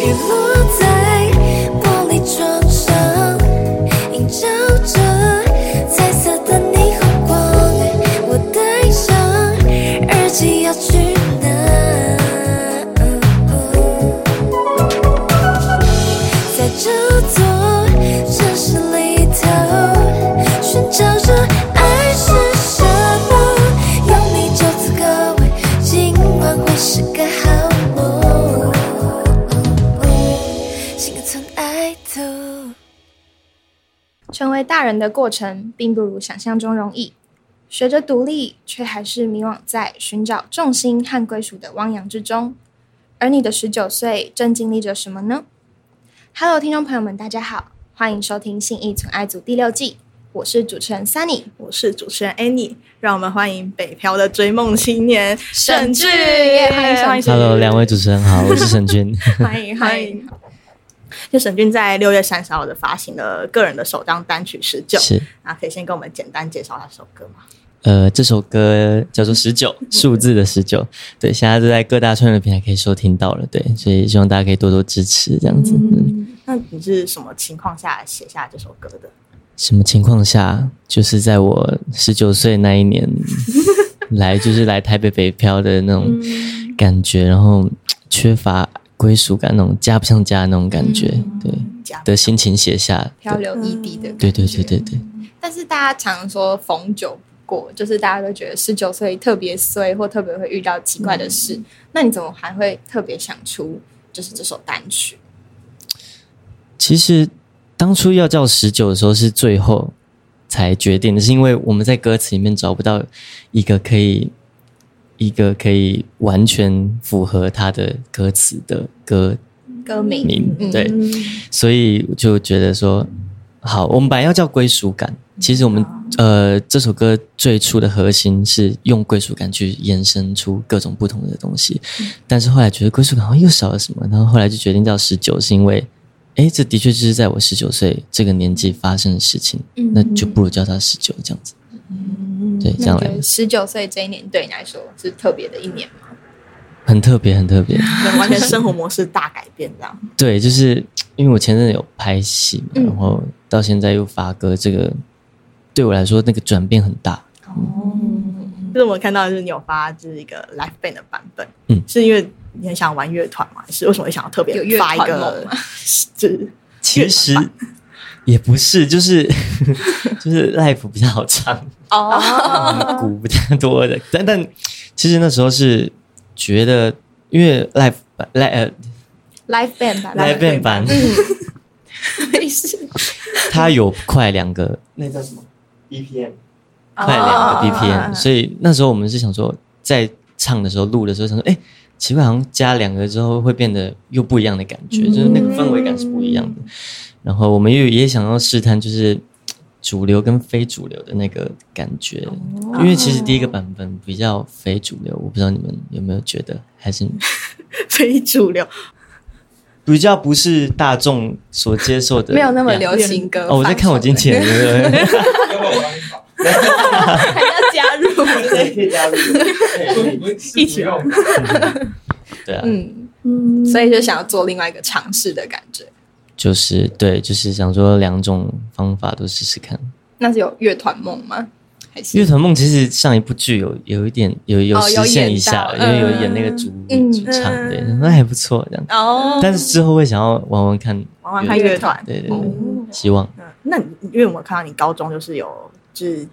雨落在玻璃窗上，映照着彩色的霓虹光。我戴上耳机要去哪？嗯在这座城市里头，寻找着爱是什么？有你就足够，今晚会是个好梦。心个存爱的。成为大人的过程，并不如想象中容易。学着独立，却还是迷惘在寻找重心和归属的汪洋之中。而你的十九岁正经历着什么呢？Hello，听众朋友们，大家好，欢迎收听《信义存爱组》第六季，我是主持人 Sunny。我是主持人 Annie，让我们欢迎北漂的追梦青年沈俊耶欢迎沈俊 Hello，两位主持人好，我是沈军。欢迎欢迎。就沈俊在六月三十号的发行了个人的首张单曲《十九》，是，那可以先跟我们简单介绍那首歌吗？呃，这首歌叫做《十九》，数字的十九。对，现在都在各大串流平台可以收听到了。对，所以希望大家可以多多支持，这样子。嗯、那你是什么情况下写下这首歌的？什么情况下？就是在我十九岁那一年来，就是来台北北漂的那种感觉，然后缺乏归属感，那种家不像家的那种感觉，对家的心情写下。漂流异地嗯的，对对对对对，但是大家常说逢九不过，就是大家都觉得十九岁特别衰，或特别会遇到奇怪的事。那你怎么还会特别想出就是这首单曲？其实当初要叫十九的时候是最后才决定的，是因为我们在歌词里面找不到一个可以一个可以完全符合它的歌词的歌歌名名，嗯对，所以我就觉得说，好，我们本来要叫归属感。嗯其实我啊们呃这首歌最初的核心是用归属感去延伸出各种不同的东西，嗯但是后来觉得归属感好像又少了什么，然后后来就决定叫十九，是因为哎，这的确就是在我十九岁这个年纪发生的事情，嗯那就不如叫他十九这样子。对，这那样你觉来得十九岁这一年对你来说是特别的一年吗？很特别，很特别。对完全生活模式大改变这样。 对，就是因为我前阵子有拍戏嘛，嗯然后到现在又发歌，这个对我来说那个转变很大。就是我看到就是你有发就是一个 l i f e band 的版本，嗯是因为你很想玩乐团嘛？还是为什么会想要特别有乐发团一梦个啊吗？ 就是其实 也不是，就是 就是 life 比较好唱，哦，鼓比较多的。但但其实那时候是觉得，因为 life 版 live 呃，live band 吧嗯 live band 版， 没事，它有快两个那叫什么？E BPM，快哦啊两个 BPM，所以那时候我们是想说，在唱的时候录的时候想说，哎、奇怪，好像加两个之后会变得又不一样的感觉，嗯就是那个氛围感是不一样的。然后我们又也想要试探，就是嘖主流跟非主流的那个感觉，哦因为其实第一个版本比较非主流，我不知道你们有没有觉得，还是非主流，比较不是大众所接受的，没有那么流行歌。哦，我在看我经纪人，对不对？ 还要加入，一起对啊，嗯嗯，所以就想要做另外一个尝试的感觉。就是对，就是想说两种方法都试试看。那是有乐团梦吗？还是乐团梦其实上一部剧有有一点有有哦有实现演一下，到因为有演那个嗯主、嗯主唱，对，那还不错这样。哦，但是之后会想要玩玩看，玩玩看乐团。对对对，希望嗯，那你因为我看到你高中就是有就是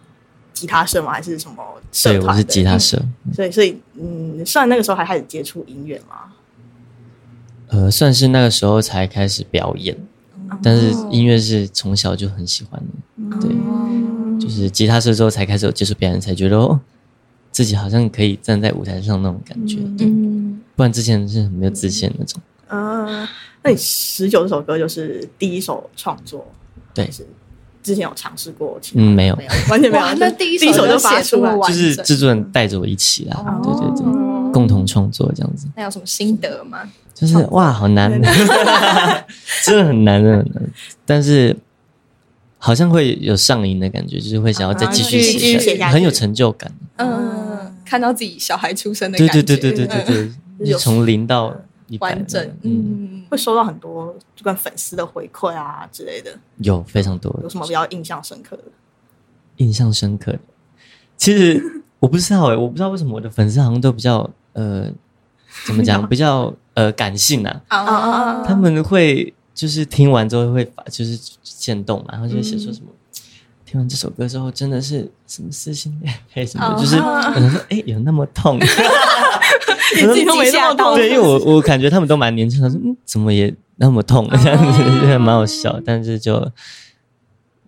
吉他社吗？还是什么社对团？我是吉他嗯，社，所以所以嗯，算那个时候还开始接触音乐嘛。呃，算是那个时候才开始表演，哦但是音乐是从小就很喜欢的，对，哦就是吉他社之后才开始有接触表演，才觉得哦，自己好像可以站在舞台上那种感觉，嗯，不然之前是很没有自信的那种。嗯，那你十九这首歌就是第一首创作，对还是之前有尝试过其他？嗯，没有没， 有，完全没有啊哇。就那第一第一首首就就发写出出来来，就是制作人带着我一起啦，对对对。共同创作这样子，哦那有什么心得吗？就是哇，好难，真的很难，真的很难。但是好像会有上瘾的感觉，就是会想要再继续啊继续继续写写下去很有成就感。嗯，看到自己小孩出生的对感觉，对对对对对嗯，对，就是从零到一百完整，嗯，嗯，会收到很多就跟粉丝的回馈啊之类的，有非常多有什么比较印象深刻的？印象深刻的。其实我不知道哎、我不知道为什么我的粉丝好像都比较呃，怎么讲，比较呃感性啊，啊哦啊啊嗯他们会就是听完之后会发，就是渐动嘛，然后就会写说什么。听完这首歌之后，真的是什么撕心裂肺什么的，哦就是我想说，哎、有那么痛？自己都没那么痛对，因为我我感觉他们都蛮年轻的，说嗯，怎么也那么痛，这样子就还蛮好笑。但是就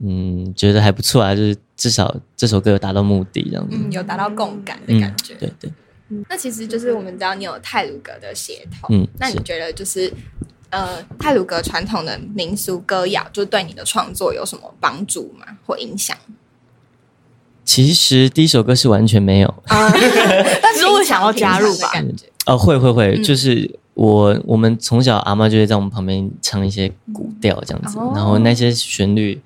嗯，觉得还不错啊，就是至少这首歌有达到目的这样子。嗯，有达到共感的感觉。对对，那其实就是我们知道你有泰鲁格的血统，嗯那你是觉得就是呃泰鲁格传统的民俗歌谣，就对你的创作有什么帮助吗？或影响？其实第一首歌是完全没有，但是我想要加入吧的感觉哦，会会会，嗯就是我我们从小阿妈就会在我们旁边唱一些古调这样子，哦然后那些旋律，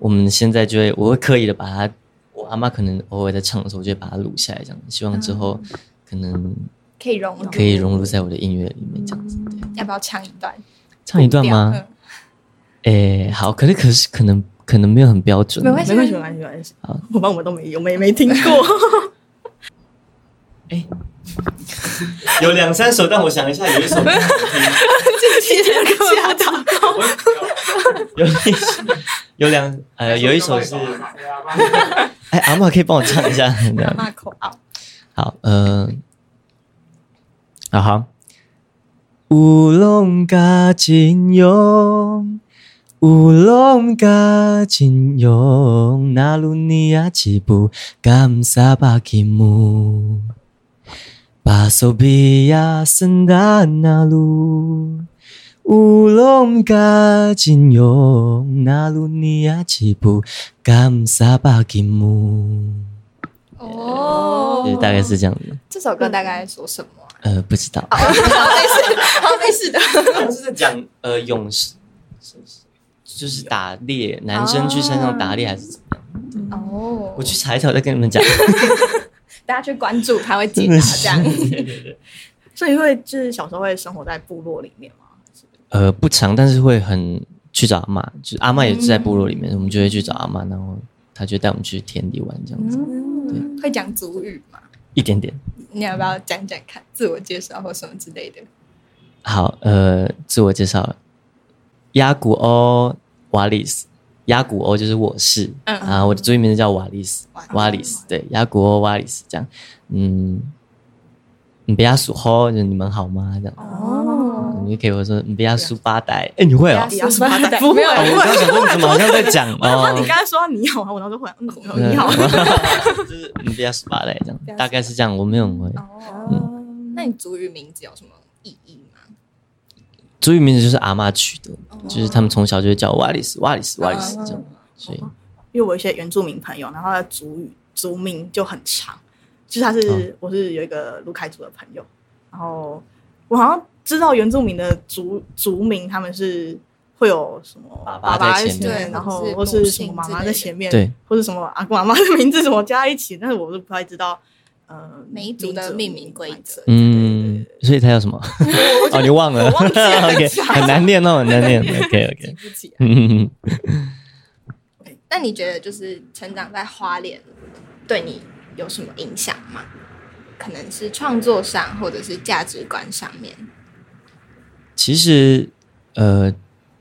我们现在就会我会刻意的把它，我阿妈可能偶尔在唱的时候，我就会把它录下来这样，希望之后嗯可能可以融入，可以融入在我的音乐里面这样子。对，要不要唱一段？唱一段调吗？？诶，好，可是可是可能可能没有很标准，没关系没关系，没关系，没关系好。 我帮我们都没有，没没听 过。有两三首，但我想一下，有 一首吓到，有一首有两呃 有一首是，哎，阿妈可以帮我唱一下， 这样。骂口号。好，呃，啊好，有拢甲真勇，有拢甲真勇，那如你啊一步，甘萨巴吉姆，巴索比亚森达那鲁。有拢甲真勇，那如你啊一步，甘萨巴吉姆。哦对，大概是这样子。嗯这首歌大概在说什么啊？呃，不知道。好，没事的。 就是在讲呃勇士，就是打猎，男生去山上打猎还是怎么样？哦我，去查一下，我再跟你们讲。大家去关注，他会解答这样。所以会就是小时候会生活在部落里面嘛， 呃，不长，但是会很去找阿妈，就是阿妈也是在部落里面，我们就会去找阿妈，然后她就带我们去田里玩这样子，嗯，会讲族语吗？一点点。你要不要讲讲看，自我介绍或什么之类的？好，呃，自我介绍了，雅古欧瓦里斯，雅古欧就是我是，嗯啊，我的中文名字叫瓦里斯瓦，瓦里斯，对，雅古欧瓦里斯这样，嗯，你不要数吼，就是你们好吗？这样，哦，你就可以会说你不要数八代，哎，你会哦？比较什么的，没有啊哦我刚想说你怎么好像在 讲哦 你，刚才说到你好啊，我当时忽然嗯，嗯你好，就是你不要数八代这哦样，大概是这样，我没有很会。那你族语名字有什么意义吗？主语名字就是阿妈取的，就是他们从小就会叫我瓦里斯，瓦里斯，瓦里斯这样，所以因为我有一些原住民朋友，然后他的族语族名就很长，就是他是、我是有一个卢凯族的朋友，然后我好像知道原住民的族族名他们是会有什么爸爸爸在在前面面然后对或或是是什母么姓妈之妈类在的前面，对，或是什么阿公阿妈的名字什么加在一起，但是我是不太知道。呃，每一族的命名规则嗯，所以它叫什么？哦，你忘了忘记了？OK，很难念哦，很难念。OK 记 OK，不起。嗯，那你觉得就是成长在花莲，对你有什么影响吗？可能是创作上，或者是价值观上面。其实呃，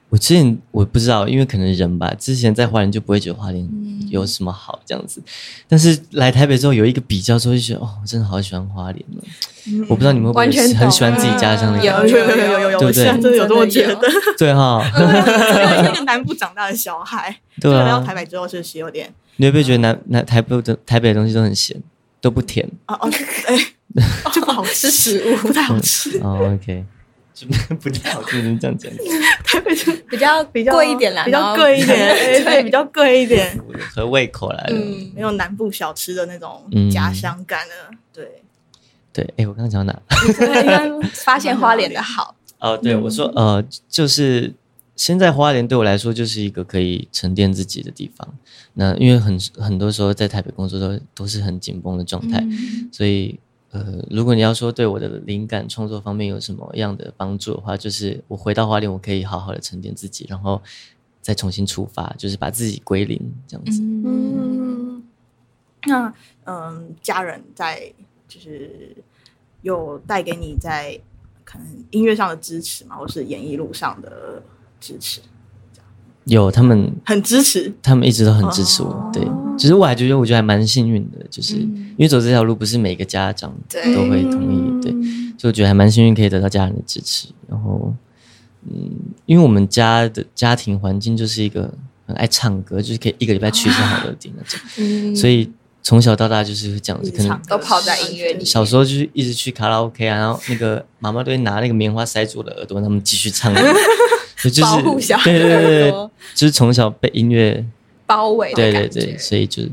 我之前我不知道，因为可能人吧，之前在花莲就不会觉得花莲有什么好这样子，但是来台北之后有一个比较之后，就觉得哦，我真的好喜欢花莲哦。我不知道你们会不完全会懂很喜欢自己家乡的有感有觉，有有有有对有，我不对现在真的有这么觉真得的，对哈，因为一个南部长大的小孩，对来到台啊，北之后，确实有点你会不会觉得南南台北的台北的东西都很咸，都不甜？哦哦， 哎，就不好吃，食物不太好吃，哦，OK，就不太好听，你们这样讲。台北就比较比较贵一点啦，比较贵一点，哎对，比较贵一点，合胃口来了。嗯，没有南部小吃的那种嗯家乡感了，对，对，哎，我刚刚讲到哪？发现花莲的好，哦，对，嗯我说呃，就是现在花莲对我来说就是一个可以沉淀自己的地方。那因为很很多时候在台北工作都都是很紧绷的状态，嗯所以呃，如果你要说对我的灵感创作方面有什么样的帮助的话，就是我回到花莲，我可以好好的沉淀自己，然后再重新出发，就是把自己归零这样子。嗯，嗯，那嗯，家人在就是有带给你在可能音乐上的支持嘛，或是演艺路上的支持，有他们，很支持。他们一直都很支持我。哦对，其实我还觉得我觉得还蛮幸运的，就是、嗯因为走这条路不是每个家长对都会同意，对，嗯所以我觉得还蛮幸运可以得到家人的支持。然后，嗯，因为我们家的家庭环境就是一个很爱唱歌，就是可以一个礼拜去一次好乐迪那种，嗯所以从小到大就是会这样子，一直可能唱歌都泡在音乐里小时候就是一直去卡拉 OK 啊，然后那个妈妈都会拿那个棉花塞住我的耳朵，让他们继 续唱。所以就是保护小孩对对对耳对朵，就是从小被音乐，包围的对感对觉对，所以就是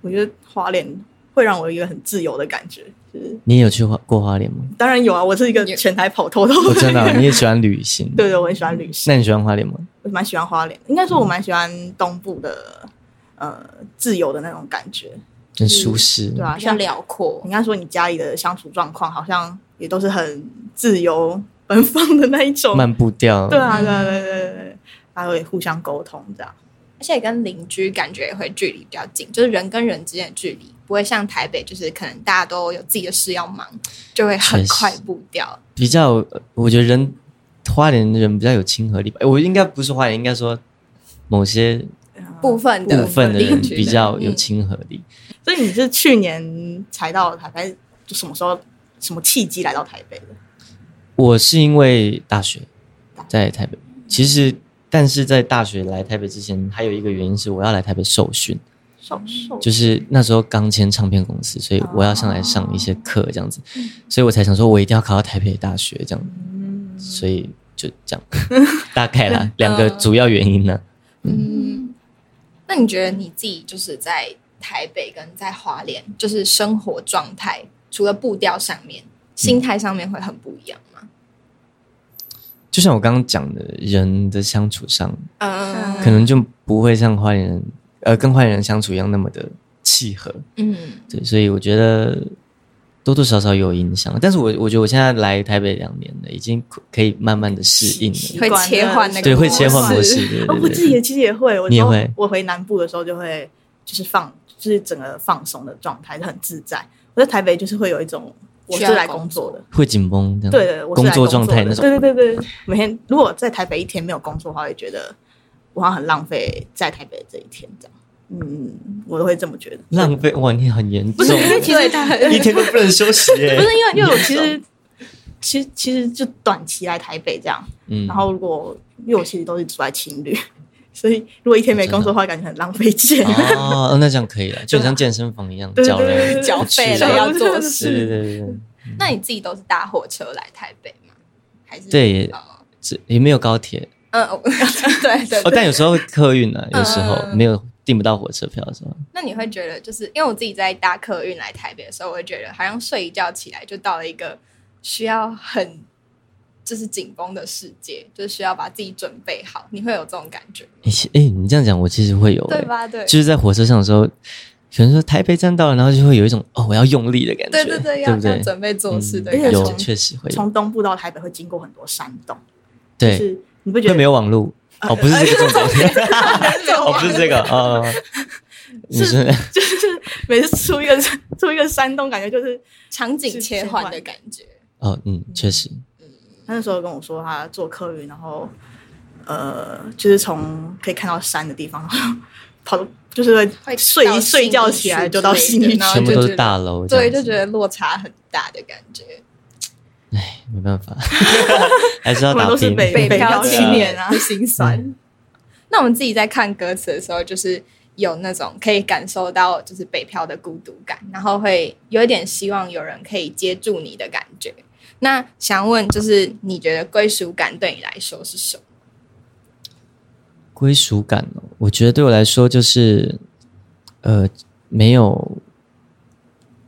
我觉得花莲会让我有一个很自由的感觉，就是你也有去花过花莲 吗？当然有啊，我是一个有全台跑透透我的真人。的啊、你也喜欢旅行， 对对，我很喜欢旅行，那你喜欢花莲吗？我蛮喜欢花莲的，应该说我蛮喜欢东部的呃自由的那种感觉，很舒适，对啊，比较像辽阔你，刚才说你家里的相处状况好像也都是很自由奔放的那一种，慢步调，对啊，对啊对啊对啊对啊对啊，还会互相沟通这样。而且跟邻居感觉也会距离比较近，就是人跟人之间的距离不会像台北，就是可能大家都有自己的事要忙，就会很确实快步调。比较，呃我觉得人花莲人比较有亲和力吧。诶我应该不是花莲，应该说某些部分的部分的人邻居比较有嗯亲和力。所以你是去年才到台北，就什么时候、什么契机来到台北的？我是因为大学在台北，其实但是在大学来台北之前，还有一个原因是我要来台北受训，受受就是那时候刚签唱片公司，所以我要上来上一些课这样子，所以我才想说我一定要考到台北大学这样，嗯，所以就这样， 大概啦，两个主要原因呢、嗯，那你觉得你自己就是在台北跟在花莲，就是生活状态，除了步调上面，心态上面会很不一样吗？就像我刚刚讲的，人的相处上嗯，可能就不会像花莲人，呃，跟花莲人相处一样那么的契合。嗯对，所以我觉得多多少少有影响。但是我我觉得我现在来台北两年了，已经可以慢慢的适应习了。会惯了切换那个对，会切换模模式式。对哦，我对自己对。也其实也会，我你也说会我回南部的时候就会就是放，就是整个放松的状态，就很自在。我在台北就是会有一种我是需要来工工作的，会紧绷这样。对对，我是工来作工状态那的种。对对对对，每天如果在台北一天没有工作的话，会觉得我好像很浪费在台北的这一天这样。嗯，我都会这么觉得。浪费哇，你很严重，对，他一天都不能休息耶不。是因为，因为我其实其实其实就短期来台北这样， 嗯然后如果因为我其实都是住在青旅， 所以如果一天没工作的话，感觉很浪费钱。哦，哦那这样可以啊了，就像健身房一样，对对缴对 了对缴费去了要真做的对对事。对对对，那你自己都是搭火车来台北吗？还是对哦这也没有高铁嗯，哦 对对哦，对。但有时候会客运啊，有时候嗯没有订不到火车票的时候，那你会觉得，就是因为我自己在搭客运来台北的时候，我会觉得好像睡一觉起来就到了一个需要很就是紧绷的世界，就是需要把自己准备好。你会有这种感觉，哎、其诶你这样讲，我其实会有、诶对吧？对，就是在火车上的时候，可能说台北站到了，然后就会有一种哦，我要用力的感觉，对对对，要不要对？准备做事的嗯感觉。有从确实会有，从东部到台北会经过很多山洞，就对，是你不觉会得没有网路哦，不是这个重点， 哦，不是这个哦， 你是就是每次出一个出一个山 洞，感觉就是场景切换的感觉，哦，嗯，确实，他那时候跟我说他坐客运，然后呃，就是从可以看到山的地方，然后跑到就是会会睡到一睡觉起来就到新新义区之类的义然后全区，部就都觉是得大楼，对，这就样子觉得落差很大的感觉。没 办法，还是要我们打都是拼，北北漂漂青青年年啊啊，心酸。那我们自己在看歌词的时候，就是有那种可以感受到就是北漂的孤独感，然后会有一点希望有人可以接住你的感觉。那想问，就是你觉得归属感对你来说是什么？嗯归属感哦，我觉得对我来说就是，呃，没有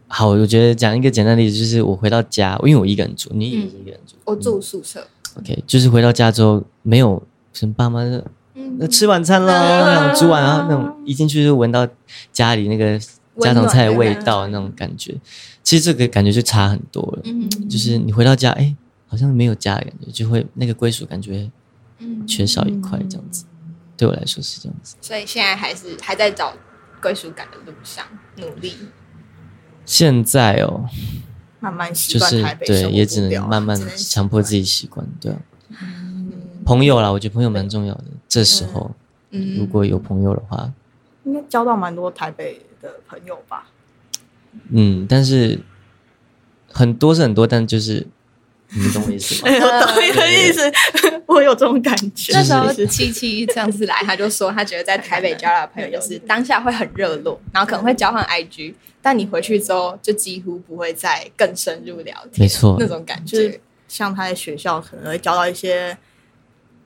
好，我觉得讲一个简单的例子，就是我回到家，因为我一个人住，嗯你也是一个人住。我住宿舍， OK，就是回到家之后没有什么爸妈就，那吃晚餐喽，那种煮完啊，那种一进去就闻到家里那个家常菜的味道那种感觉，其实这个感觉就差很多了。嗯，就是你回到家，哎、好像没有家的感觉，就会那个归属感觉嗯缺少一块这样子。对我来说是这样子。所以现在还是还在找归属感的路上努力。现在哦，慢慢习就惯是台北生对，活步调，啊也只能慢慢只能习强迫自己习惯，对啊。朋友啦，我觉得朋友蛮重要的。这时候嗯，如果有朋友的话，应该交到蛮多台北的朋友吧。嗯，但是很多是很多，但就是你们懂我意思吗？ 哎，我懂你的意思，我有这种感 觉。那时候就是七七上次来，他就说他觉得在台北交到的朋友 就是当下会很热络，然后可能会交换 IG，但你回去之后就几乎不会再更深入聊天，没错那种感就是觉。像他在学校可能会交到一些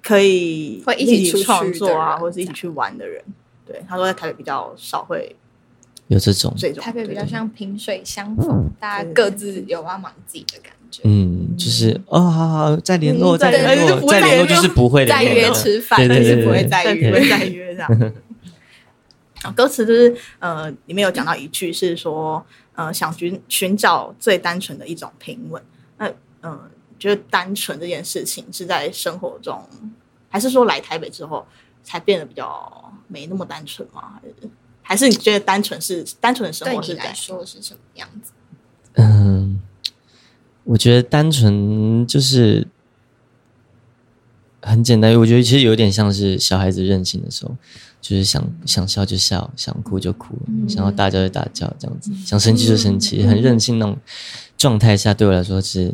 可以会一起出去创作的啊，人或者是一起去玩的人。对，他说在台北比较少会有这种，这种。台北比较对像萍水相逢，大家各自有帮忙自己的感觉。嗯，就是哦，好好，再联络，嗯再对联就不络，再会联络，再就是不会联再络约了吃饭，对但对是对不会对再再约约。再约这样。 啊，歌词就是呃，里面有讲到一句是说，呃，想寻寻找最单纯的一种平稳。那嗯、呃，觉得单纯这件事情是在生活中，还是说来台北之后才变得比较没那么单纯吗？还是还是你觉得单纯是单纯的生对活你是在来说是什么样子？嗯，我觉得单纯就是很简单，我觉得其实有点像是小孩子任性的时候，就是想想笑就笑，想哭就哭，想要大叫就大叫，这样子，想生气就生气，很任性那种状态下，对我来说是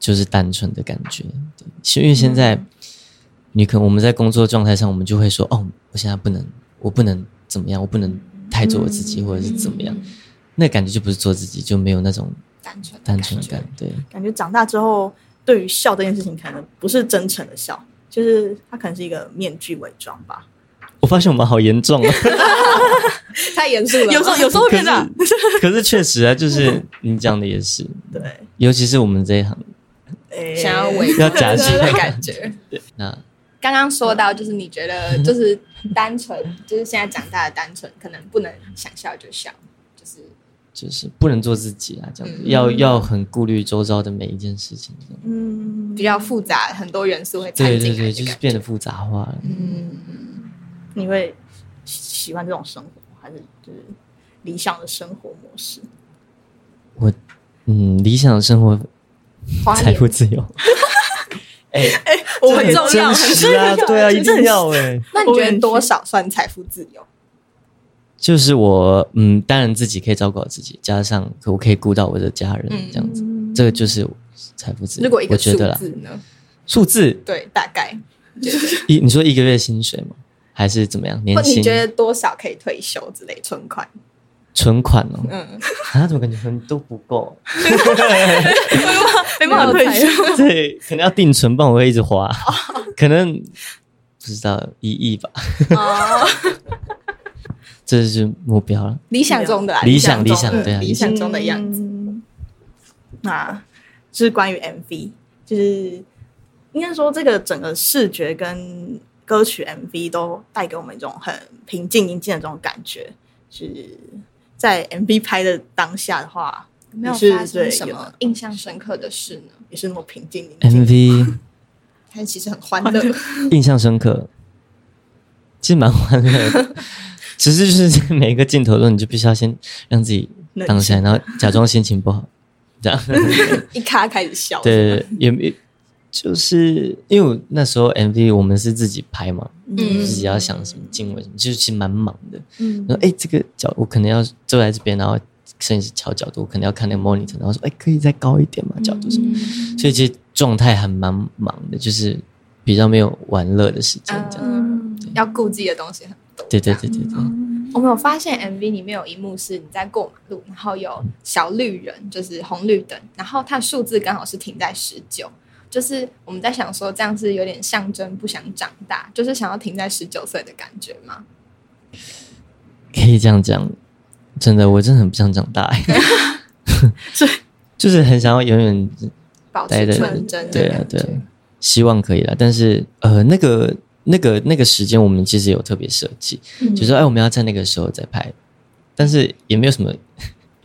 就是单纯的感觉。对，是因为现在、你可能我们在工作状态上，我们就会说，哦，我现在不能，我不能怎么样，我不能太做我自己，或者是怎么样。那感觉就不是做自己，就没有那种单纯的单纯感觉感。对，感觉长大之后，对于笑这件事情，可能不是真诚的笑，就是它可能是一个面具伪装吧。我发现我们好严重 啊！太严肃了 吗，有时候有时候会变这样，可是确实啊， 就是你讲的也是，对，尤其是我们这一行，诶想要伪要装假戏的感觉。那刚刚说嗯到，就是你觉得就是单纯， 就是现在长大的单纯，可能不能想笑就笑，就是就是不能做自己啊，这样子要要很顾虑周遭的每一件事情，这样嗯比较复杂，很多元素会掺对进对来的对，就是感觉变得复杂化了。你会喜喜欢这种生活，还是就是理想的生活模式？我嗯，理想的生活，花财莲富自由。 哎，我这很真实啊，对啊，一定要哎、那你觉得多少算财富自由？就是我，嗯，当然自己可以照顾好自己，加上我可以顾到我的家人，这样子，这个就是财富自由。如果一个我觉数得啦，字呢？数字对，大概。一，你说一个月薪水吗？还是怎么样？或年你薪觉得多少可以退休之类存款？存款哦？嗯，啊，怎么感觉很都不够？ 没办法退休，对，可能要定存，不然我会一直花。可能不知道一亿吧，哦， 这就是目标了。理想中的啦理想理想中的嗯对啊理理想中的样子。子。那就是关于 MV，就是应该说这个整个视觉跟歌曲 MV 都带给我们一种很平静宁静的这种感觉。就是在 MV 拍的当下的话，有没有是发生对什有么印象深刻的事呢？也是那么平静宁静。 MV 但其实很欢乐，印象深刻，其实蛮欢乐 的。只是就是在每一个镜头中，你就必须要先让自己当下，然后假装心情不好，这样。一咔开始哦笑。对，也没就是因为我那时候 MV 我们是自己拍嘛，嗯自己要想什么敬畏什么，就是其实蛮忙的。嗯然后哎、这个角我可能要坐在这边，然后摄影师调角度，我可能要看那个 monitor，然后说哎、可以再高一点嘛嗯角度什么。所以其实状态还蛮忙的，就是比较没有玩乐的时间这样。嗯，要顾忌的东西很多。对对对对对，哦我们有发现 MV 里面有一幕是你在过马路，然后有小绿人，就是红绿灯，然后它的数字刚好是停在十九，就是我们在想说这样是有点象征不想长大，就是想要停在十九岁的感觉嘛。可以这样讲。真的，我真的很不想长大、 所以就是很想要永远保待持的纯真的对啊感对啊觉，希望可以啦。但是呃，那个那个那个时间，我们其实有特别设计，嗯就说哎，我们要在那个时候再拍，但是也没有什么。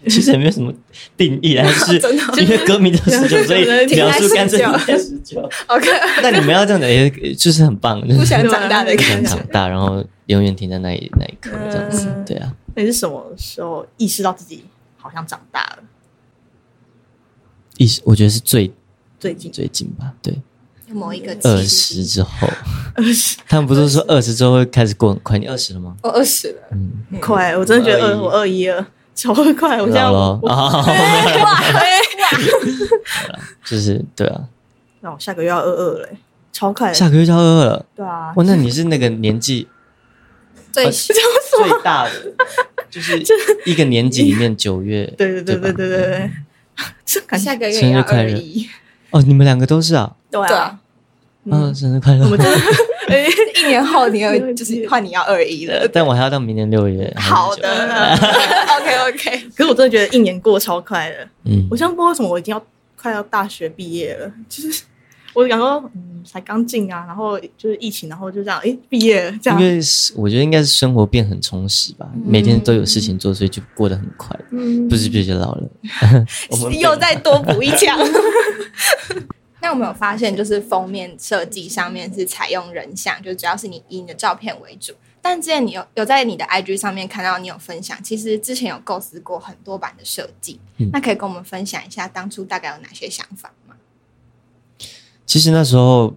其实也没有什么定义啊，就 是真的哦因为歌名叫 十九，所以停描在述干19脆停在十九。 OK，那你们要 这样的，也就是很棒， 就是不想长大的不想感觉。长大，然后永远停在那一那一刻这样子嗯。对啊，你是什么时候意识到自己好像长大了？意识我觉得是最最近最近吧，对，某一个契二机十之后，嗯二十他们不是说二十之后会开始过很快？你二十了吗？我二十了，嗯， 快，我真的觉得21二我二一二超快，我现在老了我 啊，哇，哎就是对啊，那我下个月要二二嘞，超快的，下个月就要二二了。哦对啊，哇，那你是那个年纪最呃最大的， 就是一个年级里面九月。对对对对吧对对对，啊这感觉下个月生也日要快二乐一，哦，你们两个都是啊，对对啊啊，，嗯，生日快乐！ 哎，一年后 你又就是换你要二一 了，但我还要到明年六月。好还很久，的 ，OK OK， 可是我真的觉得一年过超快的，嗯我，现在不知道为什么我已经要快要大学毕业了，就是我想说，嗯，才刚进啊，然后就是疫情，然后就这样，哎，毕业了这因样，为是我觉得应该是生活变很充实吧，每天都有事情做，所以就过得很快。嗯不知不觉就老 了， 我们被又再多补一枪。那我们有发现，就是封面设计上面是采用人像，就主要是你以你的照片为主。但之前你有有在你的 IG 上面看到你有分享，其实之前有构思过很多版的设计，嗯那可以跟我们分享一下当初大概有哪些想法吗？其实那时候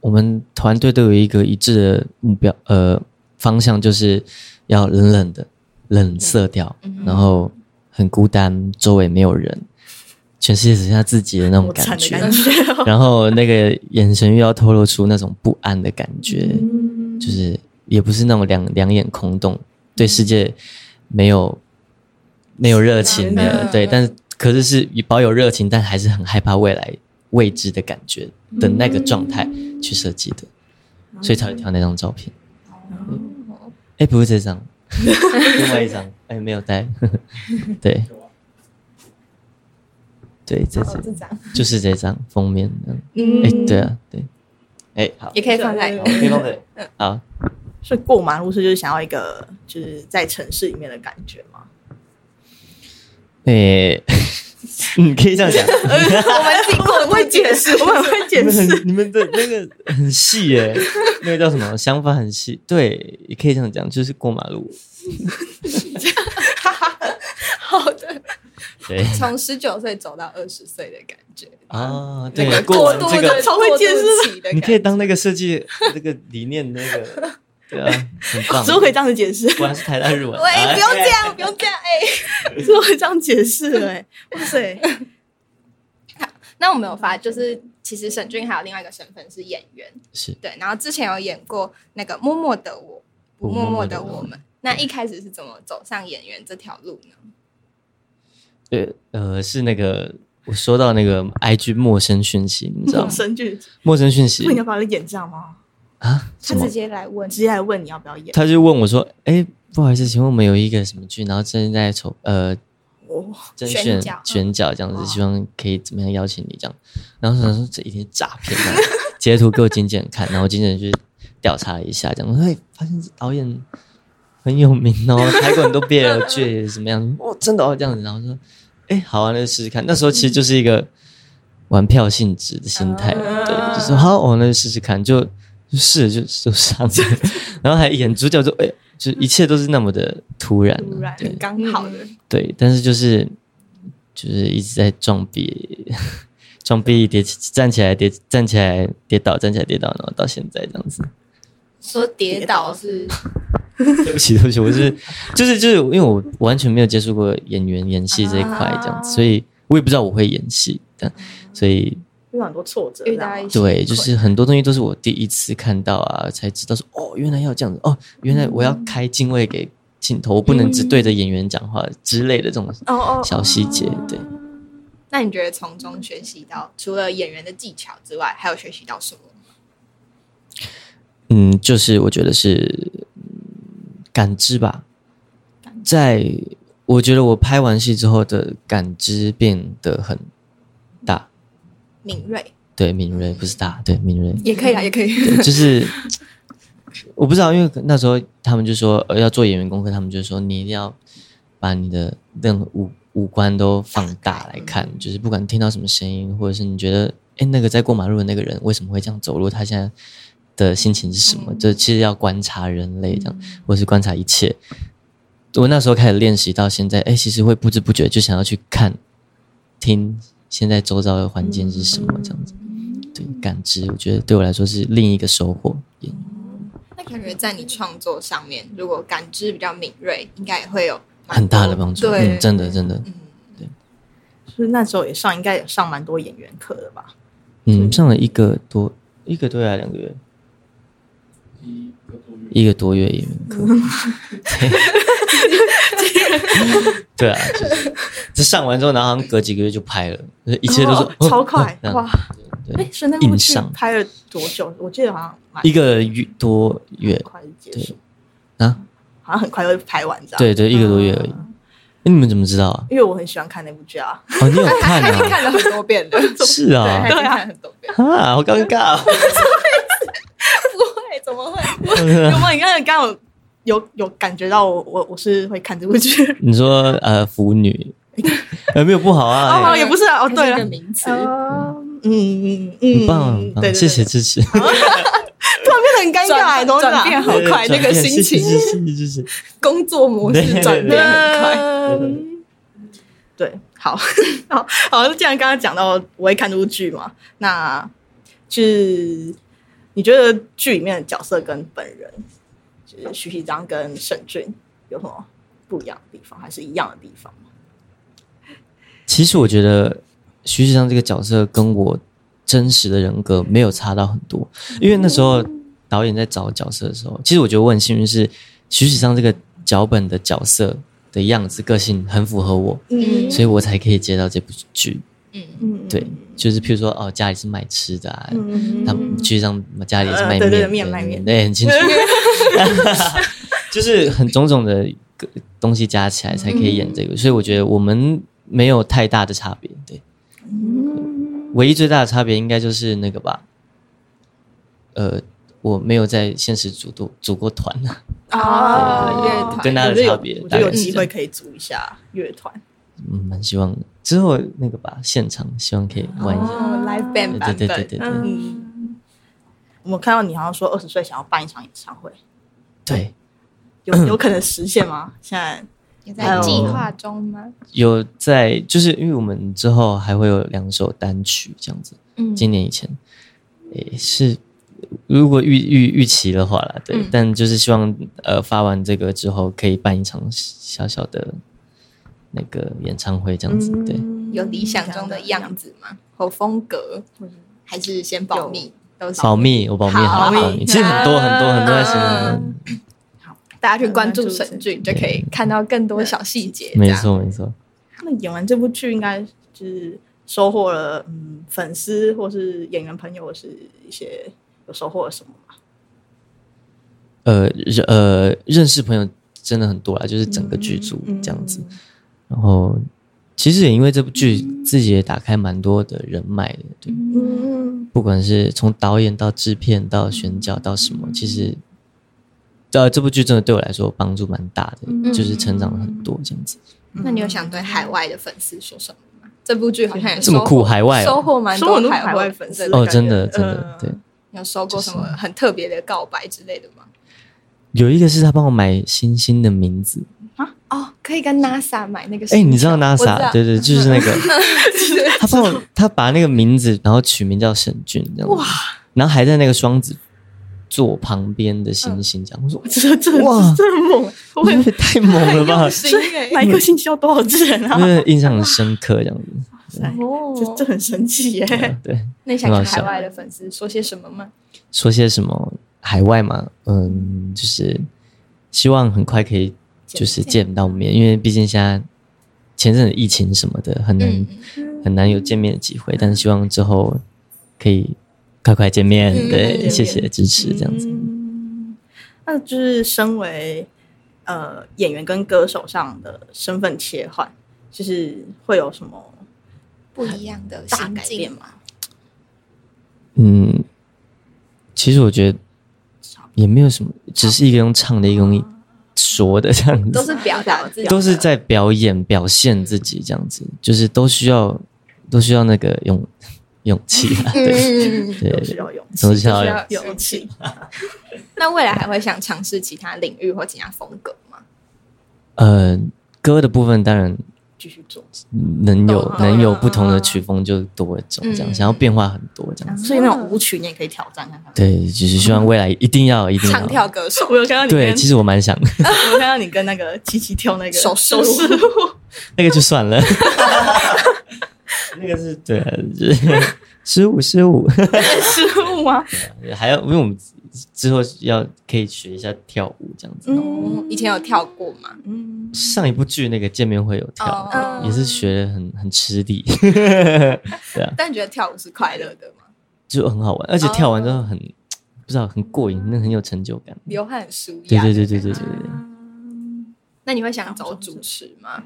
我们团队都有一个一致的目标，呃，方向就是要冷冷的、冷色调，嗯然后很孤单，周围没有人，全世界只剩下自己的那种 我惨 感的觉，感觉，然后那个眼神又要透露出那种不安的感觉，嗯就是也不是那种两两眼空洞，对世界没有没有热情的嗯，对，嗯但是可是是保有热情，但还是很害怕未来未知的感觉的那个状态去设计的，所以才会挑那张照片。哎、不是这 张，另外一张，哎、没有带， 对，对，这张张就是这张封面，嗯嗯哎、对啊，对，哎、好， 也可以放在 对好，可以嗯放这里，好。所以过马路是就是想要一个就是在城市里面的感觉 嘛，诶、 你可以这样 讲，我们自己过得会解释，我很会解你们释，很你们的那个很细耶、那个叫什么？想法很细，对，也可以这样讲，就是过马路，好的，对从十九岁走到二十岁的感觉，啊，对那，个过完过渡这的个，超会解释过渡期的感你可以觉。当那个设计那个理念那个，对啊，很棒，只有可以这样子解释，果然是台大日文，喂，哎不用这 样，不用这样，哎、只有可以这样解释了，哎，哇塞，那我们有发，就是其实沈俊还有另外一个身份是演员，是对。然后之前有演过那个《默默的我》，不不默默默默的地我我们。那一开始是怎么走上演员这条路呢？对，呃，是那个我收到那个 IG 陌生讯息，你知道陌吗？嗯生剧，陌生讯息不你要把它演这样吗？啊，什么？接来问直接来问你要不要演，他就问我说：“哎，不好意思，请问我们有一个什么剧，然后正在筹呃哦，甄选选角选角这样子，希望可以怎么样邀请你这样。”然后想说这一定是诈骗吧，截图给我经纪人看，然后经纪人去调查了一下，这样哎发现这导演很有名哦，拍过很多 BL 剧怎么 样？哦，真的哦这样子，然后说：“哎，好啊，那就试试看。”那时候其实就是一个玩票性质的心态，对，就说好，我那就试试看，就就试了就就上 了， 然后还演主角就哎、就一切都是那么的突然、突啊然，对刚好嗯好的的，，对，但是就是就是一直在撞壁， 撞壁跌起站起来跌站起来跌倒站起来跌倒，然后到现在这样子。 说跌倒是对不起，对不起，我是就是就是因为我完全没有接触过演员演戏这一块这啊样子，所以我也不知道我会演戏，但所以遇到很多挫折，遇到一些对，就是很多东西都是我第一次看到啊，才知道说哦，原来要这样子哦，原来我要开镜位给镜头，我不能只对着演员讲话之类的这种哦哦，小细节。对，那你觉得从中学习到除了演员的技巧之外，还有学习到什么？嗯，就是我觉得是嗯感知吧，在我觉得我拍完戏之后的感知变得很大，敏锐对敏锐不是大，对敏锐，也可以啦，也可以。 就是我不知道，因为那时候他们就说、呃、要做演员功课，他们就说你一定要把你的任何五五官都放大来看，就是不管听到什么声音，或者是你觉得哎那个在过马路的那个人为什么会这样走路，他现在的心情是什么？这、其实要观察人类这样，或是观察一切。我那时候开始练习到现在，哎，其实会不知不觉就想要去看、听现在周遭的环境是什么这样子。对，感知我觉得对我来说是另一个收获。也那感觉在你创作上面，如果感知比较敏锐，应该也会有蛮很大多的帮助，对，嗯，真的真的，就是那时候也上，应该也上蛮多演员课的吧？嗯，上了一个多一个多月还是两个月，一个多月，一个多月也没课。 对啊， 就是这上完之后，然后好像隔几个月就拍了，就是一切都是、哦哦超快这样哇！对哎，神那部硬剧上拍了多久？我记得好像蛮一个月多月快就结束，啊，好像很快就拍完，这样。对对，一个多月而已。嗯哎，你们怎么知道啊？因为我很喜欢看那部剧啊，哦，你有 看他已经 啊？看了很多遍了，是啊他，已经看了很多遍。啊，好尴尬哦。不会，怎么会？有没有？你刚才刚有有有感觉到我我我是会看这部剧？你说呃，腐女有没有不好啊？ 哎哦，也不是啊，哦，对这是 了一个，名词，哦，嗯嗯很嗯，棒，很对棒，谢谢，对支持。对突然变得很尴尬转欸，懂哎转变好 快，那对个心情，谢谢谢谢谢谢。工作模对对式转变很快。嗯， 对，好， 好，好，既然刚刚讲到我会看这部剧嘛，那就是你觉得剧里面的角色跟本人，就是徐熙章跟沈俊有什么不一样的地方，还是一样的地方吗？其实我觉得徐志昌这个角色跟我真实的人格没有差到很多，因为那时候导演在找角色的时候，其实我觉得我很幸运，是徐志昌这个脚本的角色的样子、个性很符合我，嗯所以我才可以接到这部剧。嗯，嗯，对，就是譬如说哦，家里是卖吃的啊，嗯，他们去上家里也是卖面呃对的，对对面卖面对，很 清楚， 就是很种种的个东西加起来才可以演这个，嗯所以我觉得我们没有太大的差别，对，嗯唯一最大的差别应该就是那个吧，呃，我没有在现实组过组过团，哦对乐团跟他我的觉得有差别啊我大觉得有概是机这会样，可以组一下乐团，嗯，蛮希望的之后那个吧，现场希望可以玩一下，哦，live band 对版对对本，对对嗯，我们看到你好像说二十岁想要办一场演唱会，对，有嗯有可能实现吗？现在？也在计划中吗？有在，就是因为我们之后还会有两首单曲这样子，嗯今年以前，诶、是如果预预预期的话啦，对，但就是希望呃发完这个之后可以办一场小小的那个演唱会这样子，对，有理想中的样子吗？和风格，还是先保密？都是保密，我保密好好，保密，其实很多很多很多在啊身大家去关注沈俊，就可以看到更多小细节。没，错没错，那演完这部剧，应该就是收获了嗯粉丝或是演员朋友是一些有收获了什么吗？呃认呃认识朋友真的很多啦，就是整个剧组嗯这样子，然后其实也因为这部剧，自己也打开蛮多的人脉的，对，嗯，不管是从导演到制片到选角到什么，其实，呃，这部剧真的对我来说帮助蛮大的，就是成长了很多这样子。那你有想对海外的粉丝说什么吗？这部剧好像也这么收获酷海外哦收获蛮收获很多海海外粉粉丝丝的。哦，感觉真的真的嗯对，有收过什么很特别的告白之类的吗？有一个是他帮我买星星的名字，哦，可以跟 NASA 买那个。哎，你知道我知 NASA 道对对，就是那个，他帮我他把那个名字然后取名叫沈俊这样子，然后还在那个双子座旁边的星星这样，我说这这哇这这么猛，我哇，会也太猛了吧！所欸 以哪一个星期要多少只人啊因？为印象很深刻，这样子，塞 这这很神奇耶！ 对。那你想跟很好海笑外的粉丝说些什么吗？说些什么海外嘛，嗯，就是希望很快可以就是见到面，因为毕竟现在前阵子疫情什么的，很难、很难有见面的机会，但是希望之后可以快快见面。嗯对，见谢面谢支持，这样子。嗯，那就是身为呃演员跟歌手上的身份切换，就是会有什么不一样的大心改变境吗？嗯，其实我觉得也没有什么，只是一个用唱的，一个用说的这样都子，是表达自己，都是在表演表现自己这样子，就是都需要都需要那个勇 勇气啊，对嗯。都是对，要勇都需要需勇要勇勇气气。那未来还会想尝试其他领域或其他风格吗？呃歌的部分当然继续做，能有懂能有懂不同的曲风就多种这样，嗯想要变化很多这样子，所以那种舞曲你也可以挑战看看。对，就是希望未来一定要一定唱跳要，歌手我有看到你对，跟，其实我蛮想 的我看到你跟那个琪琪跳那个手势手势舞，那个就算 了，那个是对啊，十五十五， 失误吗？还要因为我们之后要可以学一下跳舞这样子。哦，以前有跳过吗？嗯，上一部剧那个见面会有跳，哦也是学的很很吃力， 但你觉得跳舞是快乐的吗？就很好哦玩，而且跳完之后很、不知道很过瘾，那很有成就感。流汗很舒对压。对对对对对对，啊那你会想走主持吗？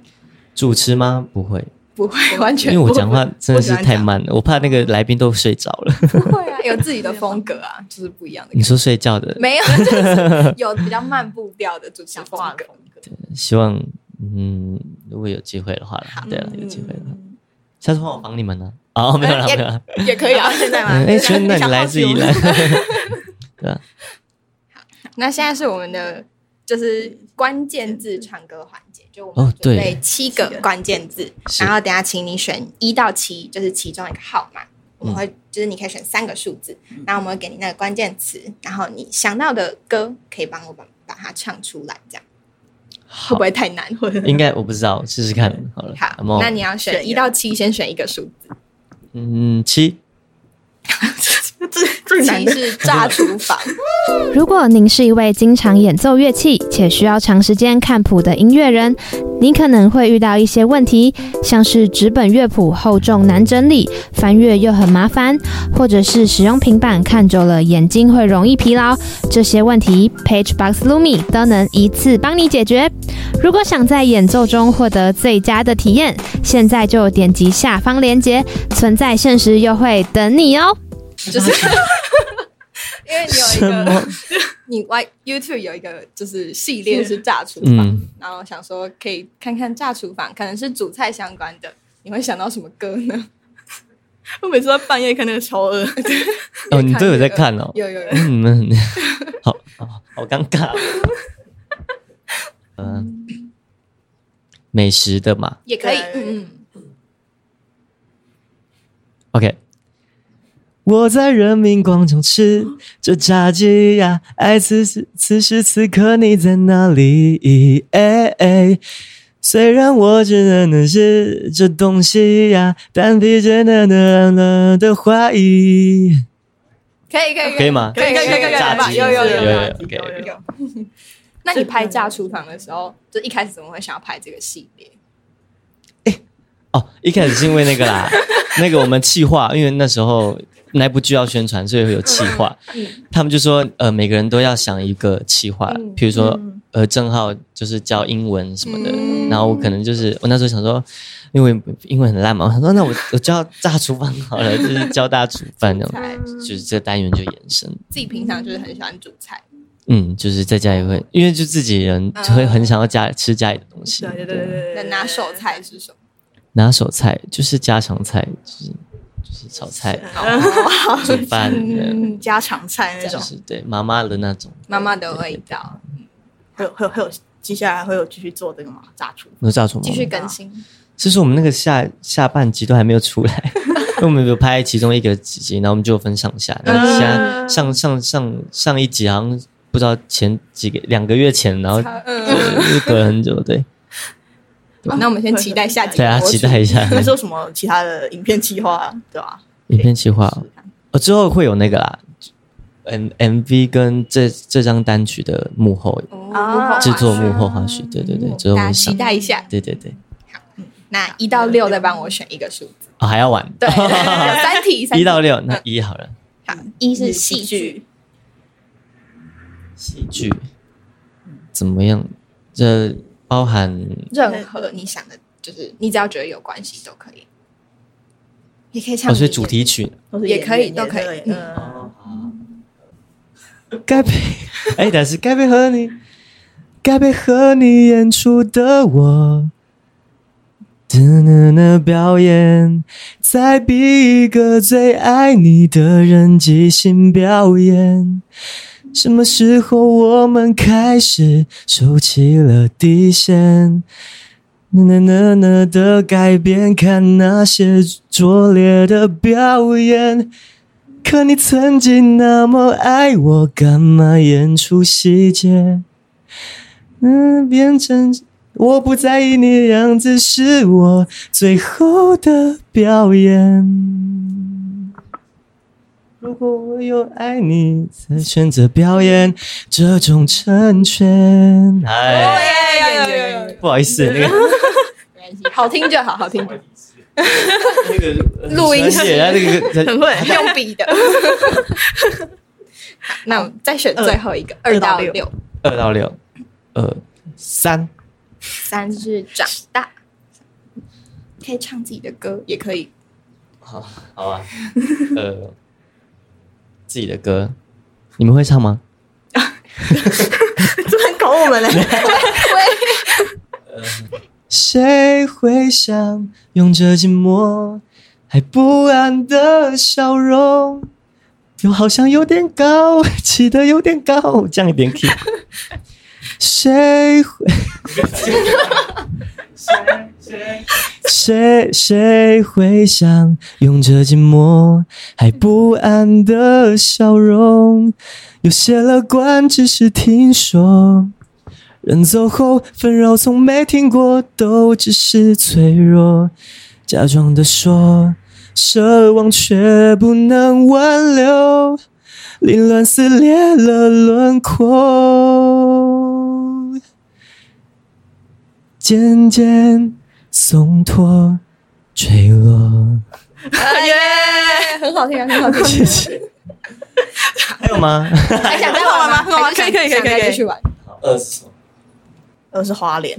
主持吗？不会，不会，完因全为不我会讲话真的是我喜欢太 讲慢了，我怕那个来宾都睡着了。不会啊，有自己的风格啊，就是不一样的你感觉。说睡觉的，没有，就是有比较慢步调的主持讲风话格。希望嗯，如果有机会的话啦，对了，有机会嗯的话，下次换我帮你们呢、哦，没有啦，也没有啦。也可以啊，现在 嗯哎，请问那你来自 宜兰？ 对啊，那现在是我们的就是关键字唱歌环节，就我哦们对准备七个关键字，是然后等一下请你选一到七，就是其中一个号码，我们嗯会、就是你可以选三个数字，嗯然后我们会给你那个关键词，然后你想到的歌可以帮我把把它唱出来，这样会好不，会太难？会应该我不知道，试试看好了。好有没，有那你要选选一一个到七，先选一个数字，嗯七，最最难七的是炸厨房，如果您是一位经常演奏乐器且需要长时间看谱的音乐人，你可能会遇到一些问题，像是纸本乐谱厚重难整理，翻阅又很麻烦，或者是使用平板看久了眼睛会容易疲劳。这些问题，PageBox Lumi 都能一次帮你解决。如果想在演奏中获得最佳的体验，现在就点击下方链接，存在限时优惠等你哦。就是。因为你有一什个么？你 Y YouTube 有一个就是系列是炸厨房，嗯，然后想说可以看看炸厨房，可能是煮菜相关的，你会想到什么歌呢？我每次在半夜看那个超饿，哦，你都有在看哦。有有有，嗯，你们很好好好尴尬。嗯，美食的嘛也可以，对嗯，OK。我在人民广场吃这炸鸡呀，哎，此时此时此刻你在哪里？哎哎，虽然我只能能吃这东西呀，但疲倦的的的的怀疑，可以可以可以？吗？可以可以可以可以炸可以，鸡有有有有有。 ，OK，有有有那你拍炸厨房的时候，就一开始怎么会想要拍这个系列？哦，一开始是因为那个啦，那个我们企划，因为那时候那部剧要宣传，所以会有企划。他们就说，呃，每个人都要想一个企划，譬如说，呃，郑浩就是教英文什么的，嗯然后我可能就是我那时候想说，因为英文很烂嘛，我想说那我我教大厨房好了，就是教大家煮饭那种，就是这个单元就延伸。自己平常就是很喜欢煮菜，嗯，就是在家也会，因为就自己人就会很想要家吃家里的东西。对对对对那对，拿手菜是什么？拿手菜就是家常菜，就是就是炒菜、煮饭，嗯，家常菜那就种，是对妈妈的那种。妈妈的味道，会有会有会有，接下来会有继续做这个吗？炸厨有炸虫吗继？续更新。就是我们那个下下半集都还没有出来，因为我们有拍其中一个几集，然后我们就有分上下。嗯然后现在上上上上一集好像不知道前几个两个月前，然后嗯，就是隔了很久，对，那我们先期待下集大家播出。期待一下还是有什么其他的影片计划啊，对吧？影片计划。试试看哦，之后会有那个啦，M M V 跟这这张单曲的幕后哦啊制作幕后花絮，对对对，之后嗯大家会期上，待一下。对对对，那一到六再帮我选一个数字。哦还要玩，对，有三题，三题嗯一到六，那一好了，好，一是戏剧，戏剧怎么样？这包含任何你想的，就是你只要觉得有关系都可以，也可以唱哦，你所的。以主题曲都是也演可以演都也可以以。嗯， 该配， 哎，但是该配合你，该配合你演出的我，真的的表演，再比一个最爱你的人即兴表演。什么时候我们开始收起了底线？那那那的改变，看那些拙劣的表演。可你曾经那么爱我，干嘛演出细节？嗯，变成我不在意你的样子，是我最后的表演。如果我有爱你，才选择表演这种成全。哎，不好意思，那个好听就好，好听就好。那个录音室写在那个很会用笔的。那我们再选最后一个，二二到二到六，二到六，呃，三。三是长大，可以唱自己的歌，也可以好，好啊， 呃，自己的歌，你们会唱吗？这很搞我们嘞。 谁会想用这寂寞还不安的笑容，又好像有点高，起得有点高，降一 点 key。谁会？ 谁谁会想用这寂寞还不安的笑容？有些乐观只是听说，人走后纷扰从没听过，都只是脆弱。假装的说，奢望却不能挽留，凌乱撕裂了轮廓，渐渐松脱坠落。 很好听啊，很好听。谢谢。还有吗？还想再玩吗？很好玩吗还是想可以可以想可以再可以继续玩。二十首。二是花莲，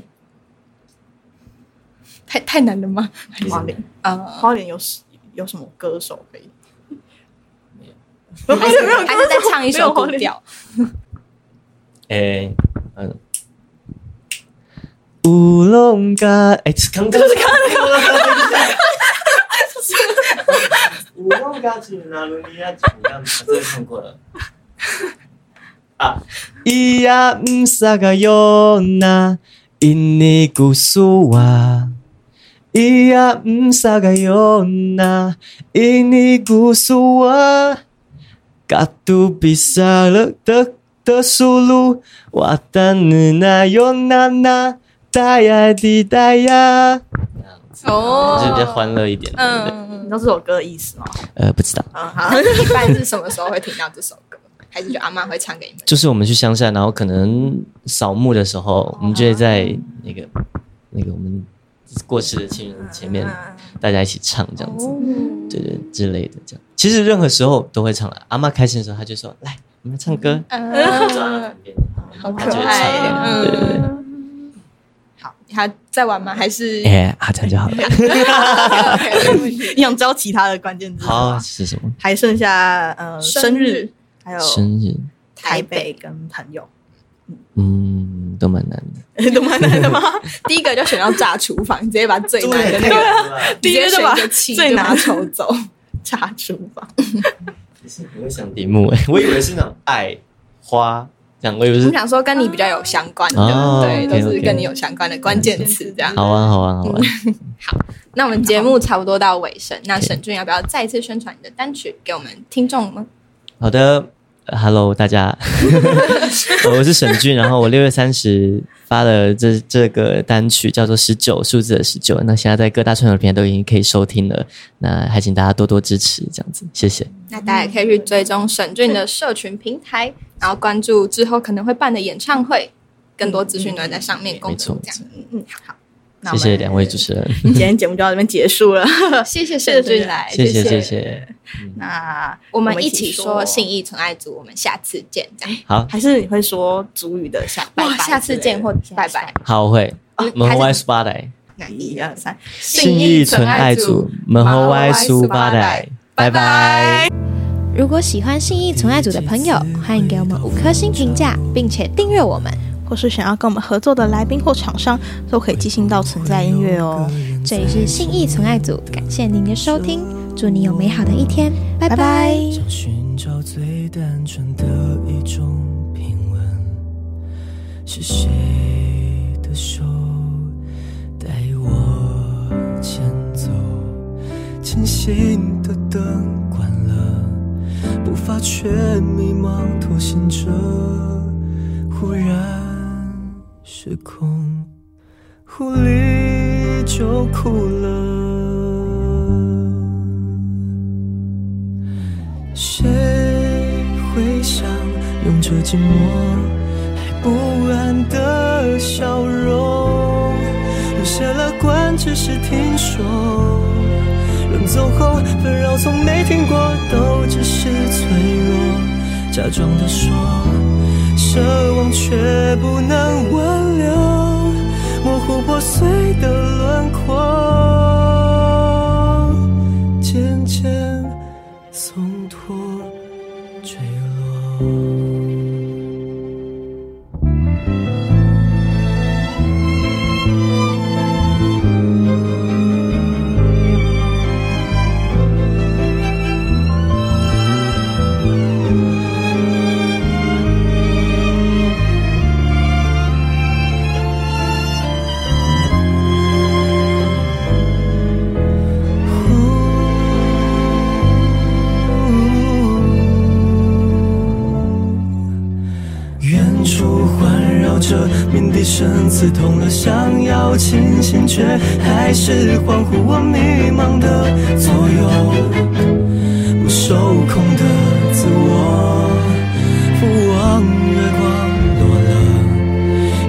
太太难了吗？花莲，呃，嗯花莲有有什么歌手可以？还是还是再唱一没首有古红脸调，诶、嗯。乌龙咖，哎、这刚刚就是刚刚。乌龙咖只拿罗尼亚怎么样？这个看过了。啊，伊呀唔萨嘎哟那因尼古苏哇，伊呀唔萨嘎哟那因尼古苏哇。Katu bisa letek tesulu watan na yonana daya di daya，哦就是比较欢乐一点。嗯，嗯，你知道这首歌的意思吗？呃，不知道，嗯，好，一般是什么时候会听到这首歌？ 还是就阿妈会唱给你们？就是我们去乡下，然后可能扫墓的时候，我们就会在那个那个我们过世的亲人前面，大家一起唱这样子，哦对对之类的这样。其实任何时候都会唱啦。阿妈开心的时候，她就说：“来，我们唱歌。”嗯，好可爱，嗯。好，还在玩吗？还是哎，啊，这样就好了。你想知道其他的关键字好啊吗？是什么？还剩下呃生日，还有生日？台北跟朋友，嗯，都蛮难的。懂吗？懂吗？第一个就选到炸厨房，直接把最难的那个个第一个就把直接选一个气最拿就手走， 炸厨房。你是不会想题目哎、我以为是那种爱花这样，我以为我是们想说跟你比较有相关的，哦对， OK，OK 都是跟你有相关的关键词这样。好玩好玩好玩。那我们节目差不多到尾声，那沈俊要不要再一次宣传你的单曲给我们听众们？好的呃，Hello 大家，我是沈俊，然后我六月三十发了这这个单曲叫做《十九》，数字的十九。那现在在各大串流平台都已经可以收听了，那还请大家多多支持，这样子，谢谢。那大家也可以去追踪沈俊的社群平台，然后关注之后可能会办的演唱会，更多资讯都会在上面公没错布没这样错。嗯嗯，好，那我谢谢们两位主持人，今天节目就到这边结束了，谢谢沈俊来，谢谢谢谢，谢，那我们一起起说信义纯爱组，我们下次见，这样好还是你会说主语的下拜哇拜，下次见或拜拜，好我会，门还后是歪苏八代，一二三。信义纯爱组，门后后歪歪苏苏八八代代，拜拜。如果喜欢信义存爱组的朋友，欢迎给我们五颗星评价，并且订阅我们。或是想要跟我们合作的来宾或厂商，都可以寄信到存在音乐哦。这里是信义存爱组，感谢您的收听，祝你有美好的一天，拜拜拜拜想寻找最单纯的一种平稳，是谁的手带我前走？清醒的灯关了，步伐却迷茫拖行着，忽然失控，狐狸就哭了。谁会想用这寂寞还不安的笑容？留下乐观，只是听说。人走后，纷扰从没听过，都只是脆弱。假装的说，奢望却不能挽留，模糊破碎的轮廓，渐渐。松脱坠落。远处环绕着鸣笛声，刺痛了想要清醒，却还是恍惚我迷茫的左右，不受控的自我，俯望月光落了，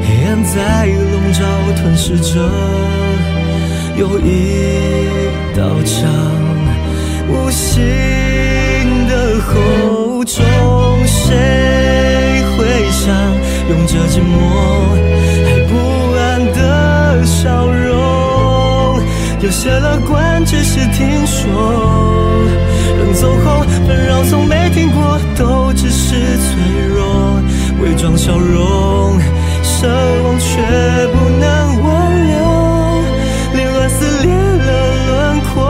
黑暗在笼罩吞噬着，有一道墙。无形的厚重，谁会想用这寂寞还不安的笑容？有些乐观只是听说，人走后纷扰从没听过，都只是脆弱，伪装笑容，奢望却不能挽留。凌乱撕裂了轮廓，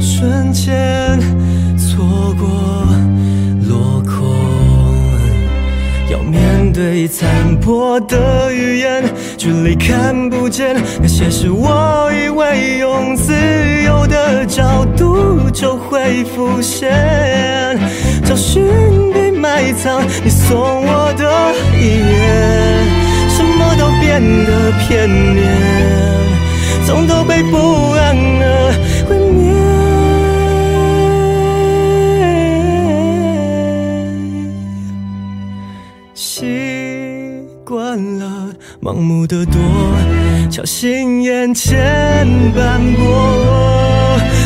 瞬间错过落空。要面对残破的语言，距离看不见，那些是我以为用自由的角度就会浮现，找寻并埋藏你送我的一眼。什么都变得片面，总都被不安而毁灭。习惯了盲目的躲，小心眼前斑驳，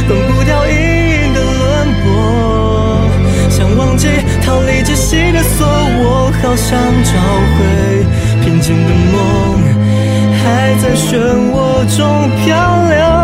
关不掉阴影的轮廓，想忘记逃离窒息的锁，我好想找回平静的梦，还在漩涡中漂流。